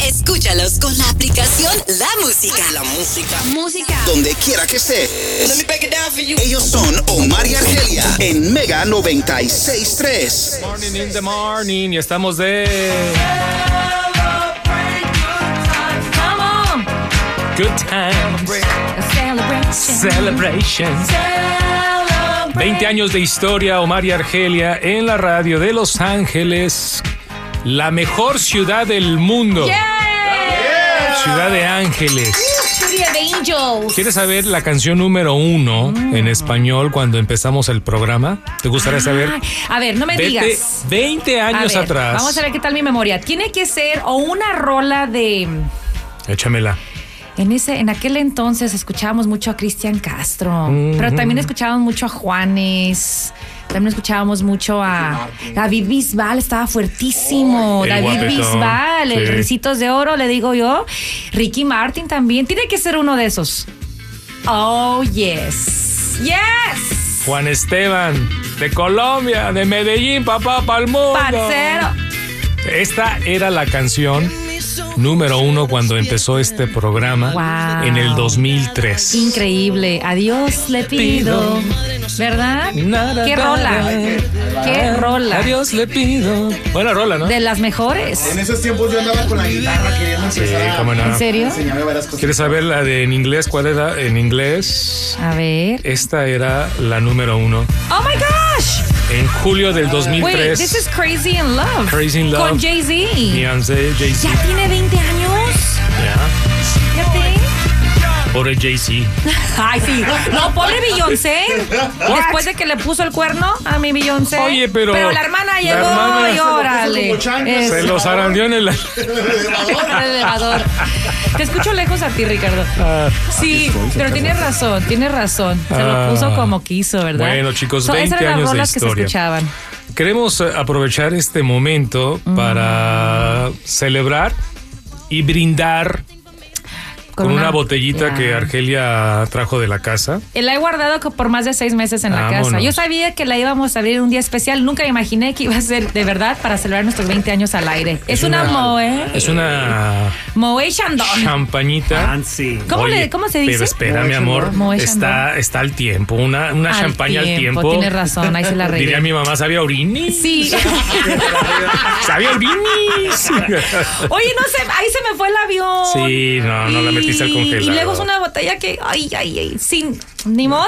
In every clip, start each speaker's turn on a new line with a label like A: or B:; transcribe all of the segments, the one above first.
A: Escúchalos con la aplicación La Música. La Música.
B: Música.
C: donde quiera que estés.
A: Let me break it down for you.
C: Ellos son Omar y Argelia en Mega 963.
D: Morning in the morning y estamos de
B: Come on.
D: Good Times
B: Celebration.
D: Celebration. 20 años de historia, Omar y Argelia en la radio de Los Ángeles, la mejor ciudad del mundo, ciudad de ángeles.
B: Studio de Angels.
D: ¿Quieres saber la canción número uno
B: Mm.
D: en español cuando empezamos el programa? ¿Te gustaría saber?
B: Ay, a ver, Ah, no me
D: Vete
B: digas.
D: 20
B: A
D: años
B: ver,
D: atrás.
B: Vamos a ver qué tal mi memoria. Tiene que ser o una rola de.
D: Échamela.
B: En, ese, en aquel entonces escuchábamos mucho a Cristian Castro, pero también escuchábamos mucho a Juanes, también escuchábamos mucho a David Bisbal, estaba fuertísimo.
D: El
B: David
D: guapetón,
B: Bisbal, el
D: sí.
B: Ricitos de Oro, le digo yo. Ricky Martin también, tiene que ser uno de esos. Oh, yes. Yes.
D: Juan Esteban, de Colombia, de Medellín, papá, pa'l mundo.
B: Parcero.
D: Esta era la canción número uno cuando empezó este programa
B: Wow.
D: en el 2003.
B: Increíble. Adiós le pido. ¿Verdad?
D: Nada,
B: Qué
D: nada.
B: rola. Qué rola.
D: Adiós le pido. Buena rola, ¿no?
B: De las mejores.
E: En esos tiempos yo andaba con la guitarra queriendo
D: Sí,
E: empezar a
D: cómo no.
B: ¿En serio?
E: enseñarme varias cosas.
D: ¿Quieres saber la de en inglés? ¿Cuál era en inglés?
B: A ver.
D: Esta era la número uno
B: Oh my gosh!
D: en julio del
B: Wait,
D: 2003.
B: this is Crazy in Love.
D: Crazy in Love.
B: Con Jay-Z.
D: Beyoncé, Jay-Z.
B: Ya tiene 20 años.
D: Ya.
B: Fíjate.
D: Por el Jay-Z.
B: Ay, sí. No, pobre Beyoncé. Después de que le puso el cuerno a mi Beyoncé.
D: Oye, pero-
B: Pero la hermana
D: la
B: llegó
D: hermana-
B: y
D: Se lo puso
B: órale.
E: como chancla,
B: Es-
D: Se los zarandeó en el...
B: Por el elevador. Te escucho lejos a ti, Ricardo.
D: Ah,
B: Sí, pero tienes razón, tienes razón. Se lo puso
D: Ah.
B: como quiso, ¿verdad?
D: Bueno, chicos,
B: So,
D: 20
B: esas eran
D: años de
B: las rolas que se
D: historia.
B: escuchaban.
D: Queremos eh, aprovechar este momento para celebrar y brindar con, una, botellita
B: Ya. Eh,
D: que Argelia trajo de la casa.
B: La he guardado co- por más de seis meses en la
D: Vámonos.
B: casa. Yo sabía que la íbamos a abrir un día especial. Nunca me imaginé que iba a ser de verdad para celebrar nuestros 20 años al aire. Es, una, Moe.
D: Es una
B: Moe Chandon.
D: champañita.
B: Ah, ¿Cómo,
D: Oye,
B: le, ¿Cómo se dice?
D: Pero espera, mi amor,
B: Moe Chandon.
D: está, está al tiempo. Una, una
B: Al
D: champaña al
B: tiempo,
D: tiempo.
B: tienes razón, ahí se la regué.
D: Diría mi mamá, ¿sabía a Orini?
B: Sí.
D: ¿Sabía a Orini?
B: Oye, no sé, ahí se me fue el avión.
D: Sí, no, no la metiste al congelador.
B: Y luego es una botella que, ay, ay, ay, sin, ni modo.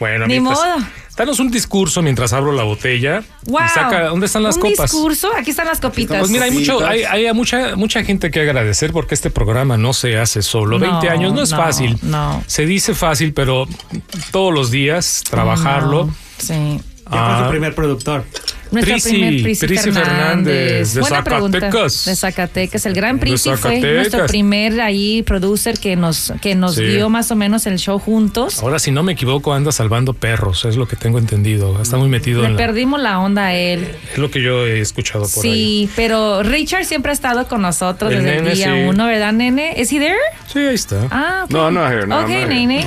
D: Bueno,
B: ni
D: mientras-
B: modo.
D: Danos un discurso mientras abro la botella. y
B: Wow.
D: saca- ¿Dónde están las
B: Un
D: copas?
B: discurso, aquí están las copitas.
D: Pues mira, hay, mucho,
E: Cositas.
D: hay, hay mucha, mucha gente que agradecer porque este programa no se hace solo.
B: No,
D: 20 años no es
B: no,
D: fácil.
B: no.
D: Se dice fácil, pero todos los días trabajarlo.
B: No, sí.
F: Ya fue
D: Ah,
F: su primer productor.
B: Nuestro
D: Prisi,
B: primer Prisi,
D: Prisi Fernández, de
B: Buena
D: Zacatecas.
B: Pregunta. De Zacatecas. El gran
D: De
B: Prisi fue
D: Zacatecas.
B: nuestro primer ahí producer que nos, que nos
D: Sí. Oh,
B: dio más o menos el show juntos.
D: Ahora, si no me equivoco, anda salvando perros, es lo que tengo entendido. Está muy metido
B: Le
D: en la-
B: perdimos la onda a él.
D: Es lo que yo he escuchado por ahí.
B: Sí, pero Richard siempre ha estado con nosotros
D: El
B: desde
D: nene,
B: el día
D: sí.
B: uno, ¿verdad, nene? ¿Es he there?
D: Sí, ahí está.
B: Ah, ok.
G: No, I'm not here, no,
B: Ok,
G: I'm not here.
B: nene.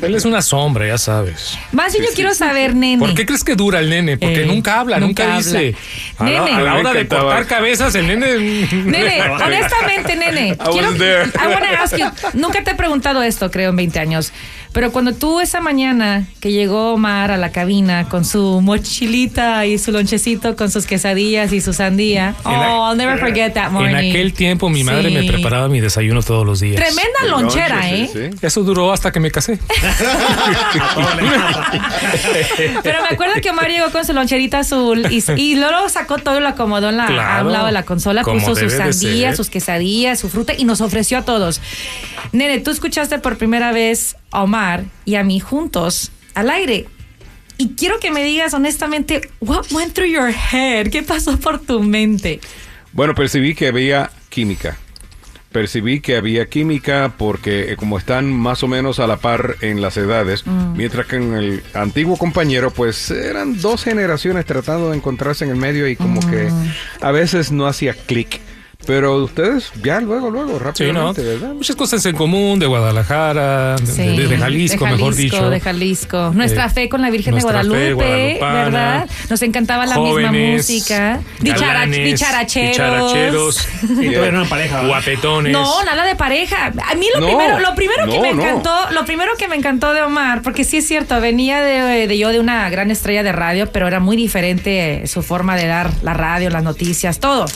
D: Él es una sombra, ya sabes.
B: Más bien yo quiero saber, nene.
D: ¿Por qué crees que dura el nene? Porque
B: Eh,
D: nunca habla, nunca,
B: habla.
D: dice? A la,
B: Nene.
D: a la
F: Me
D: hora de
F: encantaba.
D: cortar cabezas, el nene.
B: Nene, honestamente, nene.
F: was
B: quiero-
F: there.
B: I wanna ask you, Nunca te he preguntado esto, creo, en 20 años. Pero cuando tú esa mañana que llegó Omar a la cabina con su mochilita y su lonchecito con sus quesadillas y su sandía. Oh,
D: En la-
B: I'll never forget that morning.
D: En aquel tiempo mi madre
B: Sí.
D: me preparaba mi desayuno todos los días.
B: Tremenda lonchera, ¿eh?
D: Eso duró hasta que me casé.
B: Pero me acuerdo que Omar llegó con su loncherita azul y, y luego sacó todo y lo acomodó en la, a
D: Claro,
B: un lado de la consola,
D: como
B: puso
D: debe
B: sus
D: de
B: sandías,
D: ser.
B: sus quesadillas, su fruta y nos ofreció a todos. Nene, tú escuchaste por primera vez a Omar y a mí juntos al aire. Y quiero que me digas honestamente, what went through your head? ¿Qué pasó por tu mente?
F: Bueno, percibí que había química. Percibí que había química porque eh, como están más o menos a la par en las edades, mientras que en el antiguo compañero pues eran dos generaciones tratando de encontrarse en el medio y como que a veces no hacía clic. Pero ustedes ya luego, luego,
D: Sí, ¿no?
F: rápidamente, ¿verdad?
D: Muchas cosas en común de Guadalajara, de- de, de Jalisco,
B: de
D: mejor
B: Jalisco,
D: dicho.
B: De Jalisco. Nuestra
D: Eh,
B: fe con la Virgen de
D: nuestra fe
B: Guadalupe,
D: guadalupana,
B: ¿verdad? Nos encantaba la
D: Jóvenes,
B: misma música. Dichara-
D: galanes,
B: dicharacheros.
D: dicharacheros,
E: Y todavía no eran pareja. ¿verdad?
D: guapetones.
B: No, nada de pareja. A mí lo
F: No,
B: primero, lo primero que
F: no,
B: me
F: no.
B: encantó, lo primero que me encantó de Omar, porque sí es cierto, venía de, de yo de una gran estrella de radio, pero era muy diferente eh, su forma de dar la radio, las noticias, todo.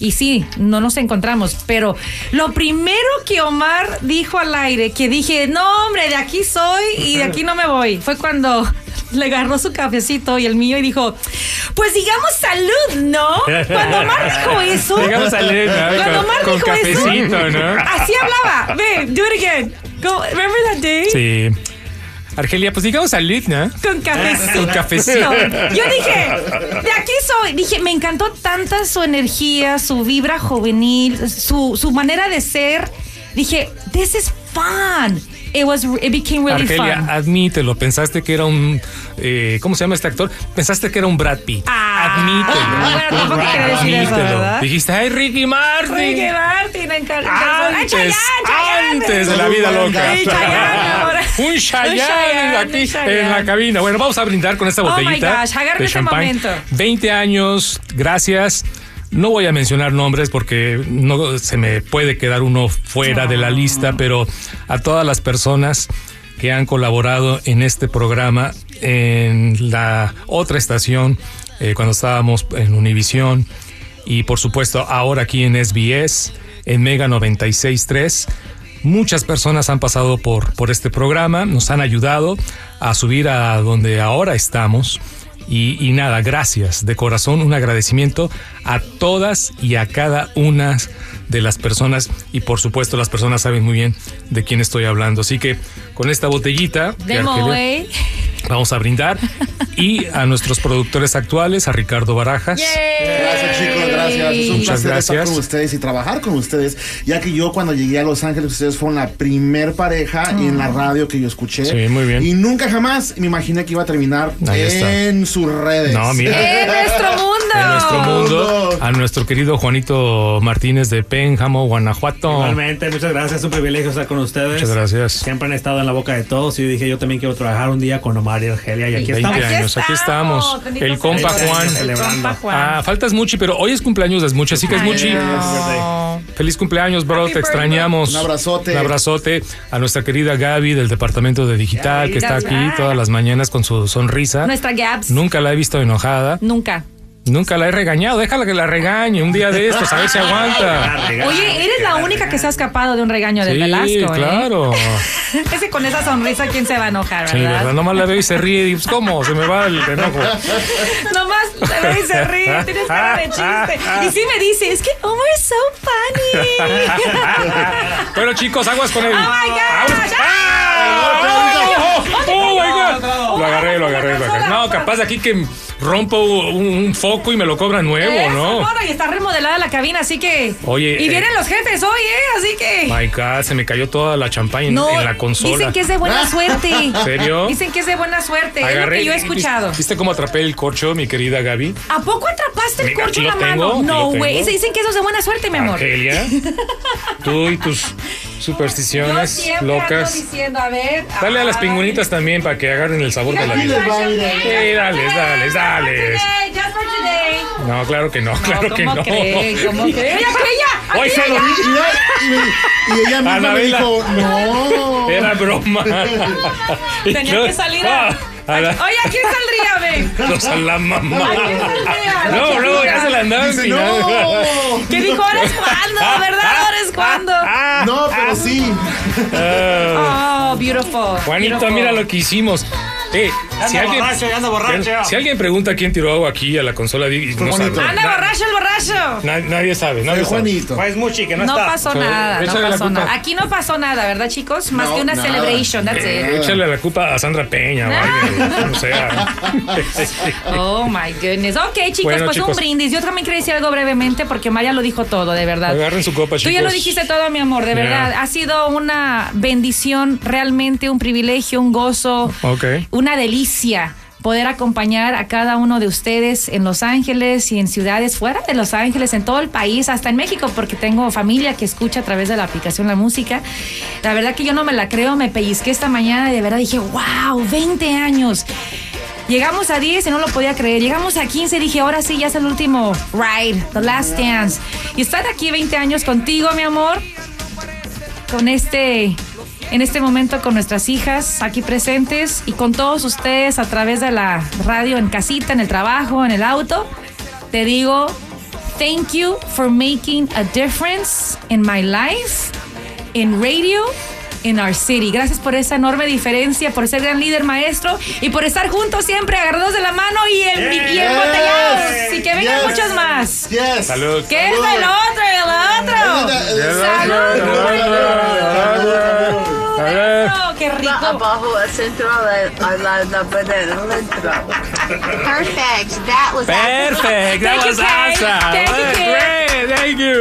B: Y sí, no nos encontramos, pero lo primero que Omar dijo al aire, que dije, no hombre, de aquí soy y de aquí no me voy, fue cuando le agarró su cafecito y el mío y dijo, pues digamos salud, ¿no? Cuando Omar dijo eso,
D: Llegamos a leer, ¿no?
B: cuando
D: Con-
B: Omar
D: con
B: dijo
D: cafecito,
B: eso,
D: ¿no?
B: así hablaba. Babe, do it again. Go, remember that day?
D: Sí. Argelia, pues digamos a Lidna.
B: Con cafecito.
D: Con cafecito.
B: Yo dije, de aquí soy. Dije, me encantó tanta su energía, su vibra juvenil, su, su manera de ser. Dije, this is fun. It was, it became really
D: Argelia, ah.
B: fun.
D: admítelo. Pensaste que era un. eh, ¿Cómo se llama este actor? Pensaste que era un Brad Pitt.
B: Ah,
D: admítelo.
B: bueno, tampoco quería decir eso,
D: Admítelo.
B: ¿verdad?
D: Dijiste, ay, Ricky Martin.
B: Ricky Martin en car- Ay, Chayanne,
D: Antes,
B: Chayanne.
D: antes de la vida loca.
B: Sí, Chayanne ahora.
D: Un Chayanne aquí
B: un Chayanne.
D: en la cabina. Bueno, vamos a brindar con esta
B: Oh my
D: botellita
B: gosh, agarren
D: de
B: ese
D: champán.
B: momento.
D: 20 años, gracias. No voy a mencionar nombres porque no se me puede quedar uno fuera de la lista, pero a todas las personas que han colaborado en este programa, en la otra estación, eh, cuando estábamos en Univisión, y por supuesto ahora aquí en SBS, en Mega 96.3. Muchas personas han pasado por, por este programa, nos han ayudado a subir a donde ahora estamos. Y, y nada, gracias de corazón, un agradecimiento a todas y a cada una de las personas. Y por supuesto, las personas saben muy bien de quién estoy hablando. Así que con esta botellita, de
B: Demo, eh.
D: Argelia,
B: güey.
D: vamos a brindar. Y a nuestros productores actuales, a Ricardo Barajas.
E: Gracias chicos, gracias. Es un
D: Muchas
E: placer estar
D: gracias.
E: con ustedes y trabajar con ustedes, ya que yo cuando llegué a Los Ángeles ustedes fueron la primer
B: Ah.
E: pareja en la radio que yo escuché.
D: Sí, muy bien.
E: Y nunca jamás me imaginé que iba a terminar
D: Ahí está.
E: en sus redes.
D: No, mira.
B: En
D: de nuestro
B: nuestro mundo.
E: Oh,
D: mundo,
E: Mundo.
D: a nuestro querido Juanito Martínez de Pénjamo, Guanajuato.
G: Igualmente, muchas gracias, es un privilegio estar con ustedes.
D: Muchas gracias.
G: Siempre han estado en la boca de todos y yo dije, yo también quiero trabajar un día con Omar y Argelia y aquí
D: 20
G: estamos.
D: años, aquí estamos.
B: Bendito
D: El
B: sea
D: compa
B: Dios.
D: Juan.
B: El compa Juan.
D: Ah, faltas Muchi, pero hoy es cumpleaños de Muchi, así que es Muchi. Feliz cumpleaños, bro,
B: Happy
D: te
B: birthday.
D: extrañamos.
E: Un abrazote.
D: Un abrazote a nuestra querida Gaby del departamento de digital que está
B: Gaby.
D: aquí todas las mañanas con su sonrisa.
B: Nuestra Gabs.
D: Nunca la he visto enojada,
B: Nunca.
D: nunca la he regañado. Déjala que la regañe un día de estos, a ver si aguanta.
B: Oye, eres la única que se ha escapado de un regaño de
D: Sí,
B: Velasco, ¿eh?
D: claro.
B: Ese con esa sonrisa, ¿quién se va a enojar,
D: Sí, verdad,
B: verdad?
D: nomás la veo y se ríe. Y, pues, ¿Cómo? Se me va el enojo.
B: Nomás te ve y se ríe, tienes cara de chiste. Y sí me dice, es que Homer is so funny.
D: Bueno, chicos, aguas con él.
B: Oh my gosh.
D: Aguas.
B: Ah.
D: ¡Ah! ¡Oh, my God! Lo agarré, lo agarré, lo agarré. No, capaz de aquí que rompo un, un foco y me lo cobran nuevo,
B: Eso,
D: ¿no? Oh,
B: mona, ¿Eh? y está remodelada la cabina, así que...
D: Oye,
B: Y
D: eh,
B: vienen los jefes hoy, ¿eh? Así que...
D: My God, se me cayó toda la champaña en, en la consola. Ah.
B: dicen que es de buena suerte.
D: serio?
B: Dicen que es de buena suerte, es lo que yo he escuchado.
D: ¿Viste cómo atrapé el corcho, mi querida Gaby?
B: ¿A poco atrapaste el
D: Mira,
B: corcho
D: aquí
B: en la
D: lo tengo,
B: mano?
D: aquí
B: No,
D: lo
B: güey.
D: tengo.
B: Ese- Dicen que eso es de buena suerte, mi amor.
D: Argelia, tú y tus Supersticiones locas.
B: diciendo, a ver.
D: Dale a las pingüinitas también para que agarren el sabor de la
E: Aquí
D: vida.
E: les va, miren.
D: Sí, dale, dale, dale. No, claro que no, claro que no. Hoy se lo
E: Y ella, y- y ella misma me
D: Anabela.
E: dijo, no.
D: Era broma. Y
B: Tenía
D: yo-
B: que salir a-
D: Ah, a la-
B: Oye, ¿a quién saldría, ven?
D: los a la mamá.
B: Ay, ¿quién saldría?
D: No, no, ya se la andaban
E: Dice,
D: empinando.
E: no.
B: ¿Qué dijo? ¿Ahora es cuando? ¿Verdad? ¿Ahora es cuando?
D: Ah,
E: No, pero sí.
B: Oh, beautiful.
D: Juanito,
B: beautiful.
D: mira lo que hicimos. Eh, si alguien,
G: borracho, ya anda borracho.
D: si alguien pregunta quién tiró agua aquí a la consola, di-
B: Pues
D: no sabe.
E: Juanito.
B: Anda
D: Na-
B: borracho el borracho.
D: na- nadie sabe, nadie
E: Fue
D: sabe.
E: Juanito.
G: Pues Muchi, que no,
B: No
G: está.
B: pasó
D: Pero
B: nada, no
D: échale la
B: pasó
D: culpa.
B: nada. Aquí no pasó nada, ¿verdad, chicos? Más
E: No,
B: que una
E: nada.
B: celebration, that's
D: Eh,
B: it.
D: Échale la culpa a Sandra Peña o
B: Ah.
D: alguien, o sea. ¿eh?
B: Oh my goodness. Ok, chicos,
D: Bueno,
B: pues un
D: chicos.
B: brindis. Yo también quería decir algo brevemente porque María lo dijo todo, de verdad.
D: Agarren su copa,
B: Tú ya lo
D: chicos.
B: dijiste todo, mi amor, de
D: Yeah.
B: verdad. Ha sido una bendición, realmente un privilegio, un gozo,
D: Ok.
B: una delicia poder acompañar a cada uno de ustedes en Los Ángeles y en ciudades fuera de Los Ángeles, en todo el país, hasta en México, porque tengo familia que escucha a través de la aplicación la música. La verdad que yo no me la creo, me pellizqué esta mañana y de verdad dije, wow, 20 años. Llegamos a 10 y no lo podía creer. Llegamos a 15 y dije, ahora sí, ya es el último ride, the last dance. Y estar aquí 20 años contigo, mi amor, con este, en este momento con nuestras hijas aquí presentes y con todos ustedes a través de la radio, en casita, en el trabajo, en el auto. Te digo, thank you for making a difference in my life, in radio. In our city. Gracias por esa enorme diferencia, por ser gran líder, maestro, y por estar juntos siempre, agarrados de la mano y, el, y embotellados. Y que vengan
E: Yes.
B: muchas más.
E: Yes.
D: Salud.
B: ¿Qué es del otro y del otro? ¡Salud! ¡Qué rico!
H: Abajo al centro a la, a la, la banana. Perfect. That was
D: Perfect, that was
B: Pues Thank you, Kate.
D: awesome.
B: Thank you, Uh.
D: Great, thank you.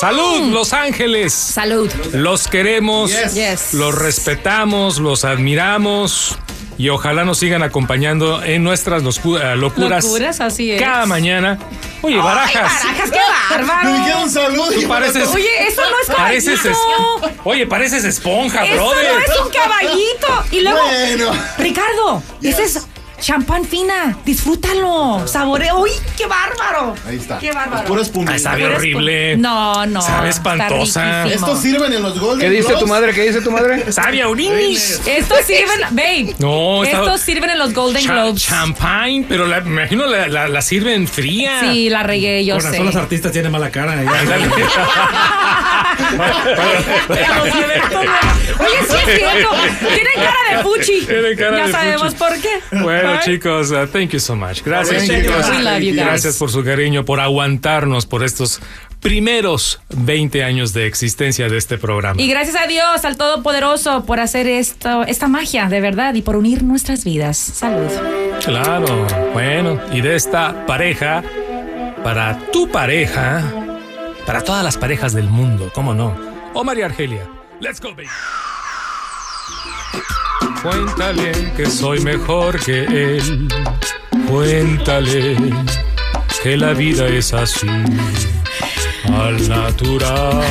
D: Salud, Los Ángeles.
B: Salud.
D: Los queremos,
E: Yes.
B: Yes.
D: los respetamos, los admiramos y ojalá nos sigan acompañando en nuestras loscu- eh, locuras,
B: Locuras, así es.
D: cada mañana. Oye, barajas.
B: Barajas, qué
E: Me
B: bárbaro.
E: dijeron salud. y-
D: Tú pareces,
B: Oye, eso no es
D: pareces es-
B: caballito.
D: oye, pareces esponja,
B: Eso
D: brother.
B: no es un caballito. Y luego,
E: Bueno.
B: Ricardo, ese es champán fina. Disfrútalo. Saboreo. ¡Uy, qué bárbaro!
E: Ahí está.
B: Qué bárbaro.
E: Los puros puntos.
D: Ay, sabe horrible.
B: No, no.
D: Sabe espantosa.
B: está riquísimo.
E: Estos sirven en los Golden
F: ¿Qué dice
E: Globes.
F: tu madre? ¿Qué dice tu madre?
D: Sabe a orinis.
B: Estos sirven, babe.
D: No, está-
B: estos sirven en los Golden
D: Cha-
B: Globes.
D: champagne, pero la, me imagino la, la- la sirven fría.
B: Sí, la regué, yo
G: Por
B: sé.
G: razón los artistas tienen mala cara.
D: Ay,
G: ya.
D: dale.
B: A los eventos, güey. Oye, sí es cierto. Tienen cara de fuchi.
D: Tienen cara
B: ya
D: de
B: sabemos
D: fuchi.
B: por qué.
D: Bueno,
B: Bye.
D: chicos, uh, thank you so much. Gracias,
E: Thank you.
D: chicos.
B: We love you guys.
D: Gracias por su cariño, por aguantarnos por estos primeros 20 años de existencia de este programa.
B: Y gracias a Dios, al Todopoderoso, por hacer esto, esta magia de verdad y por unir nuestras vidas. Salud.
D: Uh. Claro, bueno, y de esta pareja, para tu pareja, para todas las parejas del mundo, ¿cómo no? O María Argelia, let's go, baby. Cuéntale que soy mejor que él. Cuéntale que la vida es así, al natural,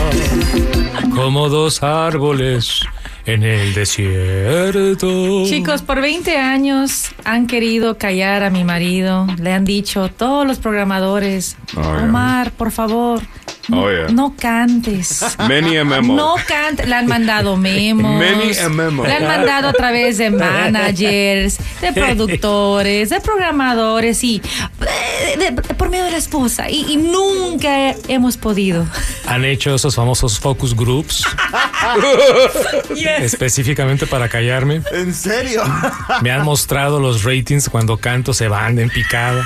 D: como dos árboles en el desierto.
B: Chicos, por 20 años han querido callar a mi marido. Le han dicho todos los programadores,
F: Ay,
B: Omar, por favor, no,
F: Oh, yeah.
B: no cantes.
F: Many a memo.
B: No cantes. Le han mandado memos.
F: Many a memo.
B: Le han mandado a través de managers, de productores, de programadores y eh, de- de- por medio de la esposa. Y, y nunca hemos podido.
D: han hecho esos famosos focus groups específicamente para callarme.
E: ¿En serio?
D: Me han mostrado los ratings cuando canto se van en picada,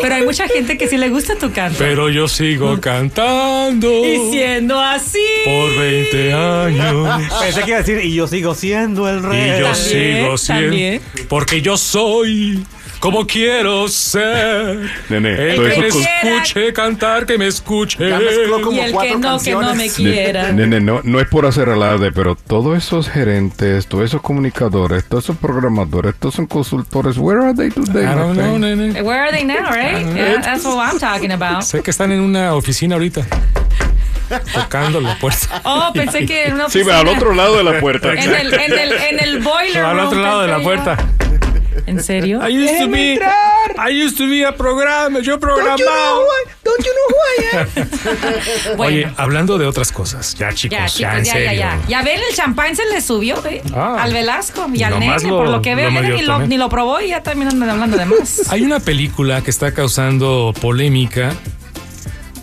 B: Pero hay mucha gente que sí le gusta tu canto.
D: pero yo sigo cantando
B: y siendo así.
D: por 20 años
G: Pensé que iba a decir, y yo sigo siendo el rey.
D: y yo
B: También,
D: sigo siendo
B: también.
D: porque yo soy como quiero ser.
F: Nene,
D: El
F: tú
D: que me
F: eres un-
D: escuche cantar, que me escuche.
E: Ya mezcló como
B: Y el
E: cuatro
B: que no, que no me
E: canciones.
B: quiera.
F: Nene, no, no es por hacer alarde, pero todos esos gerentes, todos esos comunicadores, todos esos programadores, todos esos consultores, where are they today?
D: I don't know,
F: my friend?
D: Ah, nene.
B: Where are they now, right? Yeah, that's what I'm talking about.
D: Sé que están en una oficina ahorita. tocando la puerta.
B: Oh, pensé que en una
F: Sí, pero al
B: oficina.
F: otro lado de la puerta.
B: En el, en el, en el boiler
D: Al
B: room,
D: otro lado de
B: pensé
D: la
B: yo.
D: puerta.
B: ¿En serio?
D: I used to be, I used to be a programa, yo programaba. Oye,
B: Bueno.
D: hablando de otras cosas, ya chicos,
B: Ya,
D: pues ya,
B: chicos,
D: en
B: ya, ya,
D: serio.
B: ya. Ya ven, el champán se le subió, ¿eh?
D: Ah.
B: al Velasco y al
D: Nomás
B: Nene,
D: lo-
B: por lo que veo.
D: lo
B: Nene
D: medio
B: ni lo,
D: tomé.
B: ni lo probó y ya también andan hablando de más.
D: Hay una película que está causando polémica,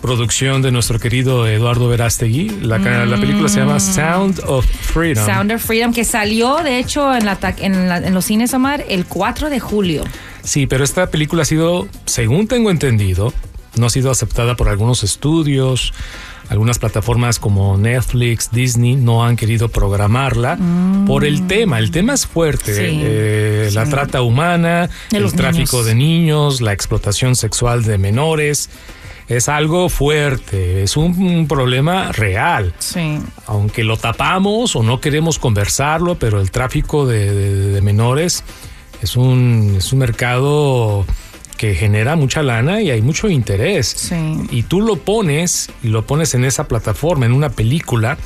D: producción de nuestro querido Eduardo Verástegui. La, ca- la película se llama Sound of Freedom.
B: Mm. Sound of Freedom, que salió, de hecho, en, la, ta- en, la- en los cines, Omar, el 4 de julio.
D: Sí, pero esta película ha sido, según tengo entendido, no ha sido aceptada por algunos estudios. Algunas plataformas como Netflix, Disney no han querido programarla por el tema. El tema es fuerte.
B: Mm. Sí.
D: Eh, La trata humana,
B: De
D: el
B: los
D: tráfico
B: niños.
D: de niños, la explotación sexual de menores. Es algo fuerte, es un- un problema real
B: Sí.
D: aunque lo tapamos o no queremos conversarlo, pero el tráfico de, de- de menores es un, es un mercado que genera mucha lana y hay mucho interés.
B: Sí.
D: Y tú lo pones y lo pones en esa plataforma, en una película.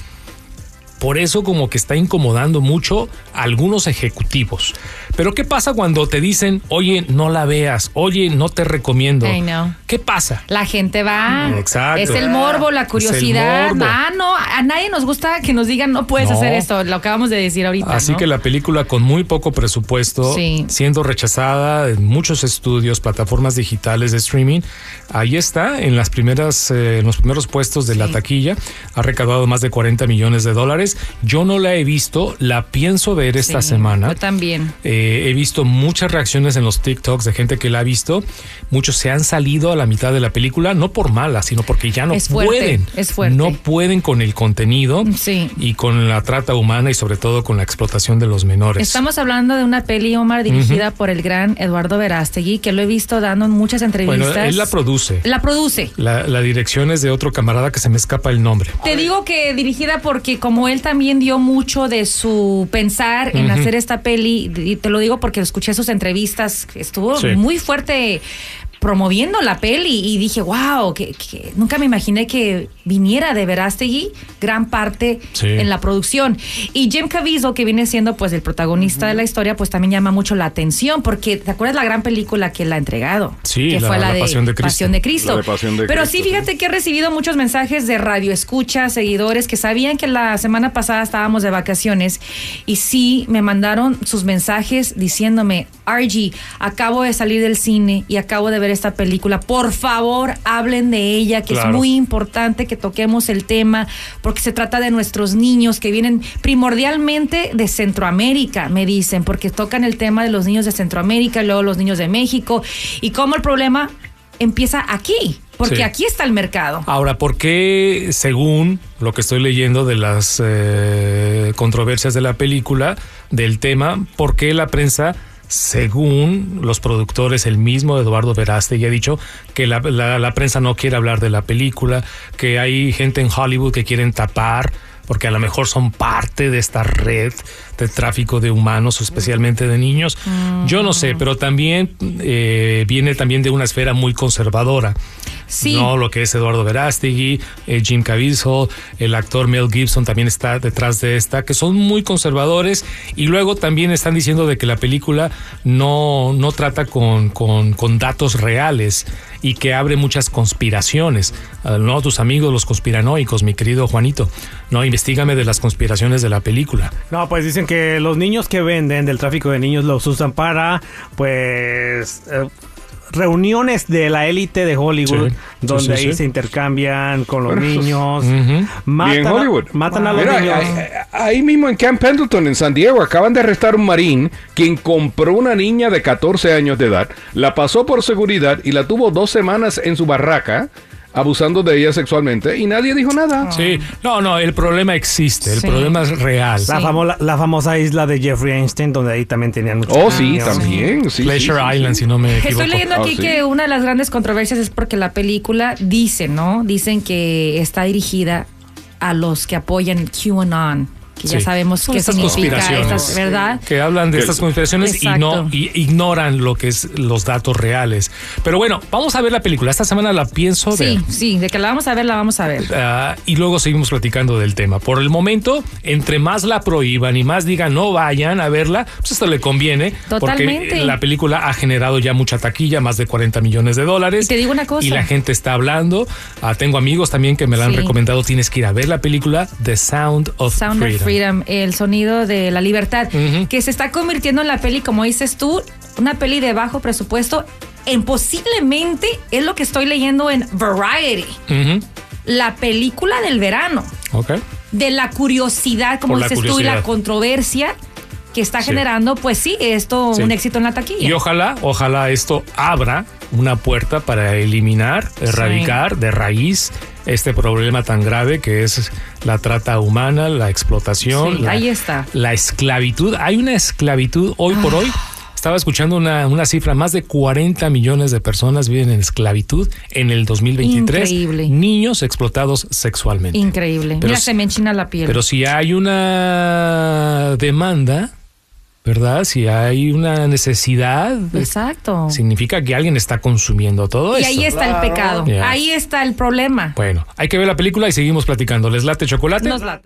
D: Por eso como que está incomodando mucho a algunos ejecutivos. Pero ¿qué pasa cuando te dicen, oye, no la veas, oye, no te recomiendo?
B: I know.
D: ¿Qué pasa?
B: La gente va.
D: Exacto.
B: Es el morbo, la
D: Es el
B: curiosidad.
D: morbo.
B: Ah, no, a nadie nos gusta que nos digan no puedes
D: No.
B: hacer esto. Lo acabamos de decir ahorita.
D: Así
B: ¿no?
D: que la película con muy poco presupuesto,
B: Sí.
D: siendo rechazada en muchos estudios, plataformas digitales de streaming, ahí está en las primeras, eh, en los primeros puestos de la taquilla, ha recaudado más de 40 millones de dólares. Yo no la he visto, la pienso ver esta
B: Sí,
D: semana.
B: Yo también.
D: Eh, he visto muchas reacciones en los TikToks de gente que la ha visto. Muchos se han salido a la mitad de la película, no por mala, sino porque ya no
B: Es fuerte,
D: pueden.
B: es fuerte. Mm,
D: No pueden con el contenido
B: Sí.
D: y con la trata humana y sobre todo con la explotación de los menores.
B: Estamos hablando de una peli, Omar, dirigida por el gran Eduardo Verástegui, que lo he visto dando en muchas entrevistas.
D: bueno, él la produce.
B: La produce.
D: La, la dirección es de otro camarada que se me escapa el nombre.
B: Te digo que dirigida porque como él también dio mucho de su pensar en hacer esta peli, y te lo digo porque escuché sus entrevistas, estuvo
D: Sí.
B: muy fuerte promoviendo la peli y dije, wow, que, que nunca me imaginé que viniera de Verástegui gran parte
D: Sí.
B: en la producción. Y Jim Caviezel, que viene siendo pues el protagonista de la historia, pues también llama mucho la atención porque, ¿te acuerdas la gran película que él ha entregado?
D: Sí,
B: que
D: la- la Pasión de Cristo.
B: Pasión de Cristo.
F: La de Pasión de
B: Pero sí,
F: Cristo,
B: fíjate que he recibido muchos mensajes de radio escucha, seguidores que sabían que la semana pasada estábamos de vacaciones y sí me mandaron sus mensajes diciéndome, RG, acabo de salir del cine y acabo de ver esta película, por favor hablen de ella, que es
D: Claro.
B: muy importante que toquemos el tema porque se trata de nuestros niños que vienen primordialmente de Centroamérica, me dicen, porque tocan el tema de los niños de Centroamérica, y luego los niños de México y cómo el problema empieza aquí, porque
D: Sí.
B: aquí está el mercado.
D: Ahora, ¿por qué, según lo que estoy leyendo de las eh, controversias de la película, del tema, por qué la prensa, según los productores, el mismo Eduardo Veraste, ya ha dicho que la, la- la prensa no quiere hablar de la película, que hay gente en Hollywood que quieren tapar? Porque a lo mejor son parte de esta red de tráfico de humanos, especialmente de niños. Yo no sé, pero también eh, viene también de una esfera muy conservadora.
B: Sí.
D: No, lo que es Eduardo Verástegui, eh, Jim Caviezel, el actor Mel Gibson también está detrás de esta, que son muy conservadores y luego también están diciendo de que la película no, no trata con, con- con datos reales y que abre muchas conspiraciones. Ah, No, tus amigos los conspiranoicos, mi querido Juanito. No, investigame de las conspiraciones de la película.
G: No, pues dicen que los niños que venden del tráfico de niños los usan para, pues, eh, reuniones de la élite de Hollywood,
D: Sí, sí,
G: donde
D: sí,
G: ahí
D: sí.
G: se intercambian con los
F: Bueno, eso es-
G: niños.
D: Ujú.
G: matan
F: Bien
G: a-
F: Hollywood.
G: matan a los
F: Mira, eh,
G: niños.
F: ahí- ahí mismo en Camp Pendleton, en San Diego, acaban de arrestar un marín quien compró una niña de 14 años de edad, la pasó por seguridad y la tuvo dos semanas en su barraca, abusando de ella sexualmente, y nadie dijo nada.
D: Sí, no, no, el problema existe, el
B: Ah. Sí.
D: problema es real.
G: la,
B: sí.
G: famola- la famosa isla de Jeffrey Einstein, donde ahí también tenían muchos
F: Oh, sí,
G: niños.
F: también. sí,
D: Pleasure
F: sí, sí, sí.
D: Island, si no me equivoco.
B: Estoy leyendo
F: Ah,
B: aquí
F: sí.
B: que una de las grandes controversias es porque la película dice, ¿no? Dicen que está dirigida a los que apoyan QAnon. que ya
D: Sí.
B: sabemos
D: Son
B: qué
D: estas
B: significa
D: conspiraciones
B: estas, ¿verdad?
D: Que hablan de estas conspiraciones y no
B: Exacto.
D: y ignoran lo que es los datos reales. Pero bueno, vamos a ver la película. Esta semana la pienso ver.
B: Sí, sí, de que la vamos a ver, la vamos a ver.
D: Ah, y luego seguimos platicando del tema. Por el momento, entre más la prohíban y más digan no vayan a verla, pues esto le conviene.
B: Totalmente.
D: Porque la película ha generado ya mucha taquilla, más de 40 millones de dólares.
B: Y te digo una cosa.
D: Y la gente está hablando. Ah, tengo amigos también que me la han
B: Sí.
D: recomendado. Tienes que ir a ver la película The Sound of
B: Sound
D: Freedom.
B: of Freedom, el sonido de la libertad, que se está convirtiendo en la peli, como dices tú, una peli de bajo presupuesto. En posiblemente es lo que estoy leyendo en Variety,
D: Ujú,
B: la película del verano,
D: ok.
B: de la curiosidad, como
D: Por la
B: dices tú, y la
D: curiosidad.
B: controversia que está
D: Sí.
B: generando, pues sí, esto
D: Sí.
B: un éxito en la taquilla.
D: Y ojalá, ojalá esto abra una puerta para eliminar, erradicar de raíz este problema tan grave que es la trata humana, la explotación,
B: Sí,
D: la,
B: ahí está.
D: la esclavitud. Hay una esclavitud hoy por hoy.
B: Ah.
D: Estaba escuchando una, una cifra, más de 40 millones de personas viven en esclavitud en el 2023.
B: Increíble.
D: Niños explotados sexualmente.
B: Increíble.
D: Pero
B: Mira,
D: s-
B: se me enchina la piel.
D: Pero si hay una demanda, ¿verdad? Si hay una necesidad,
B: Pues Exacto.
D: significa que alguien está consumiendo todo
B: y
D: esto.
B: ahí está el pecado.
D: Ya.
B: Ahí está el problema.
D: Bueno, hay que ver la película y seguimos platicando. ¿Les late chocolate?
B: Nos late.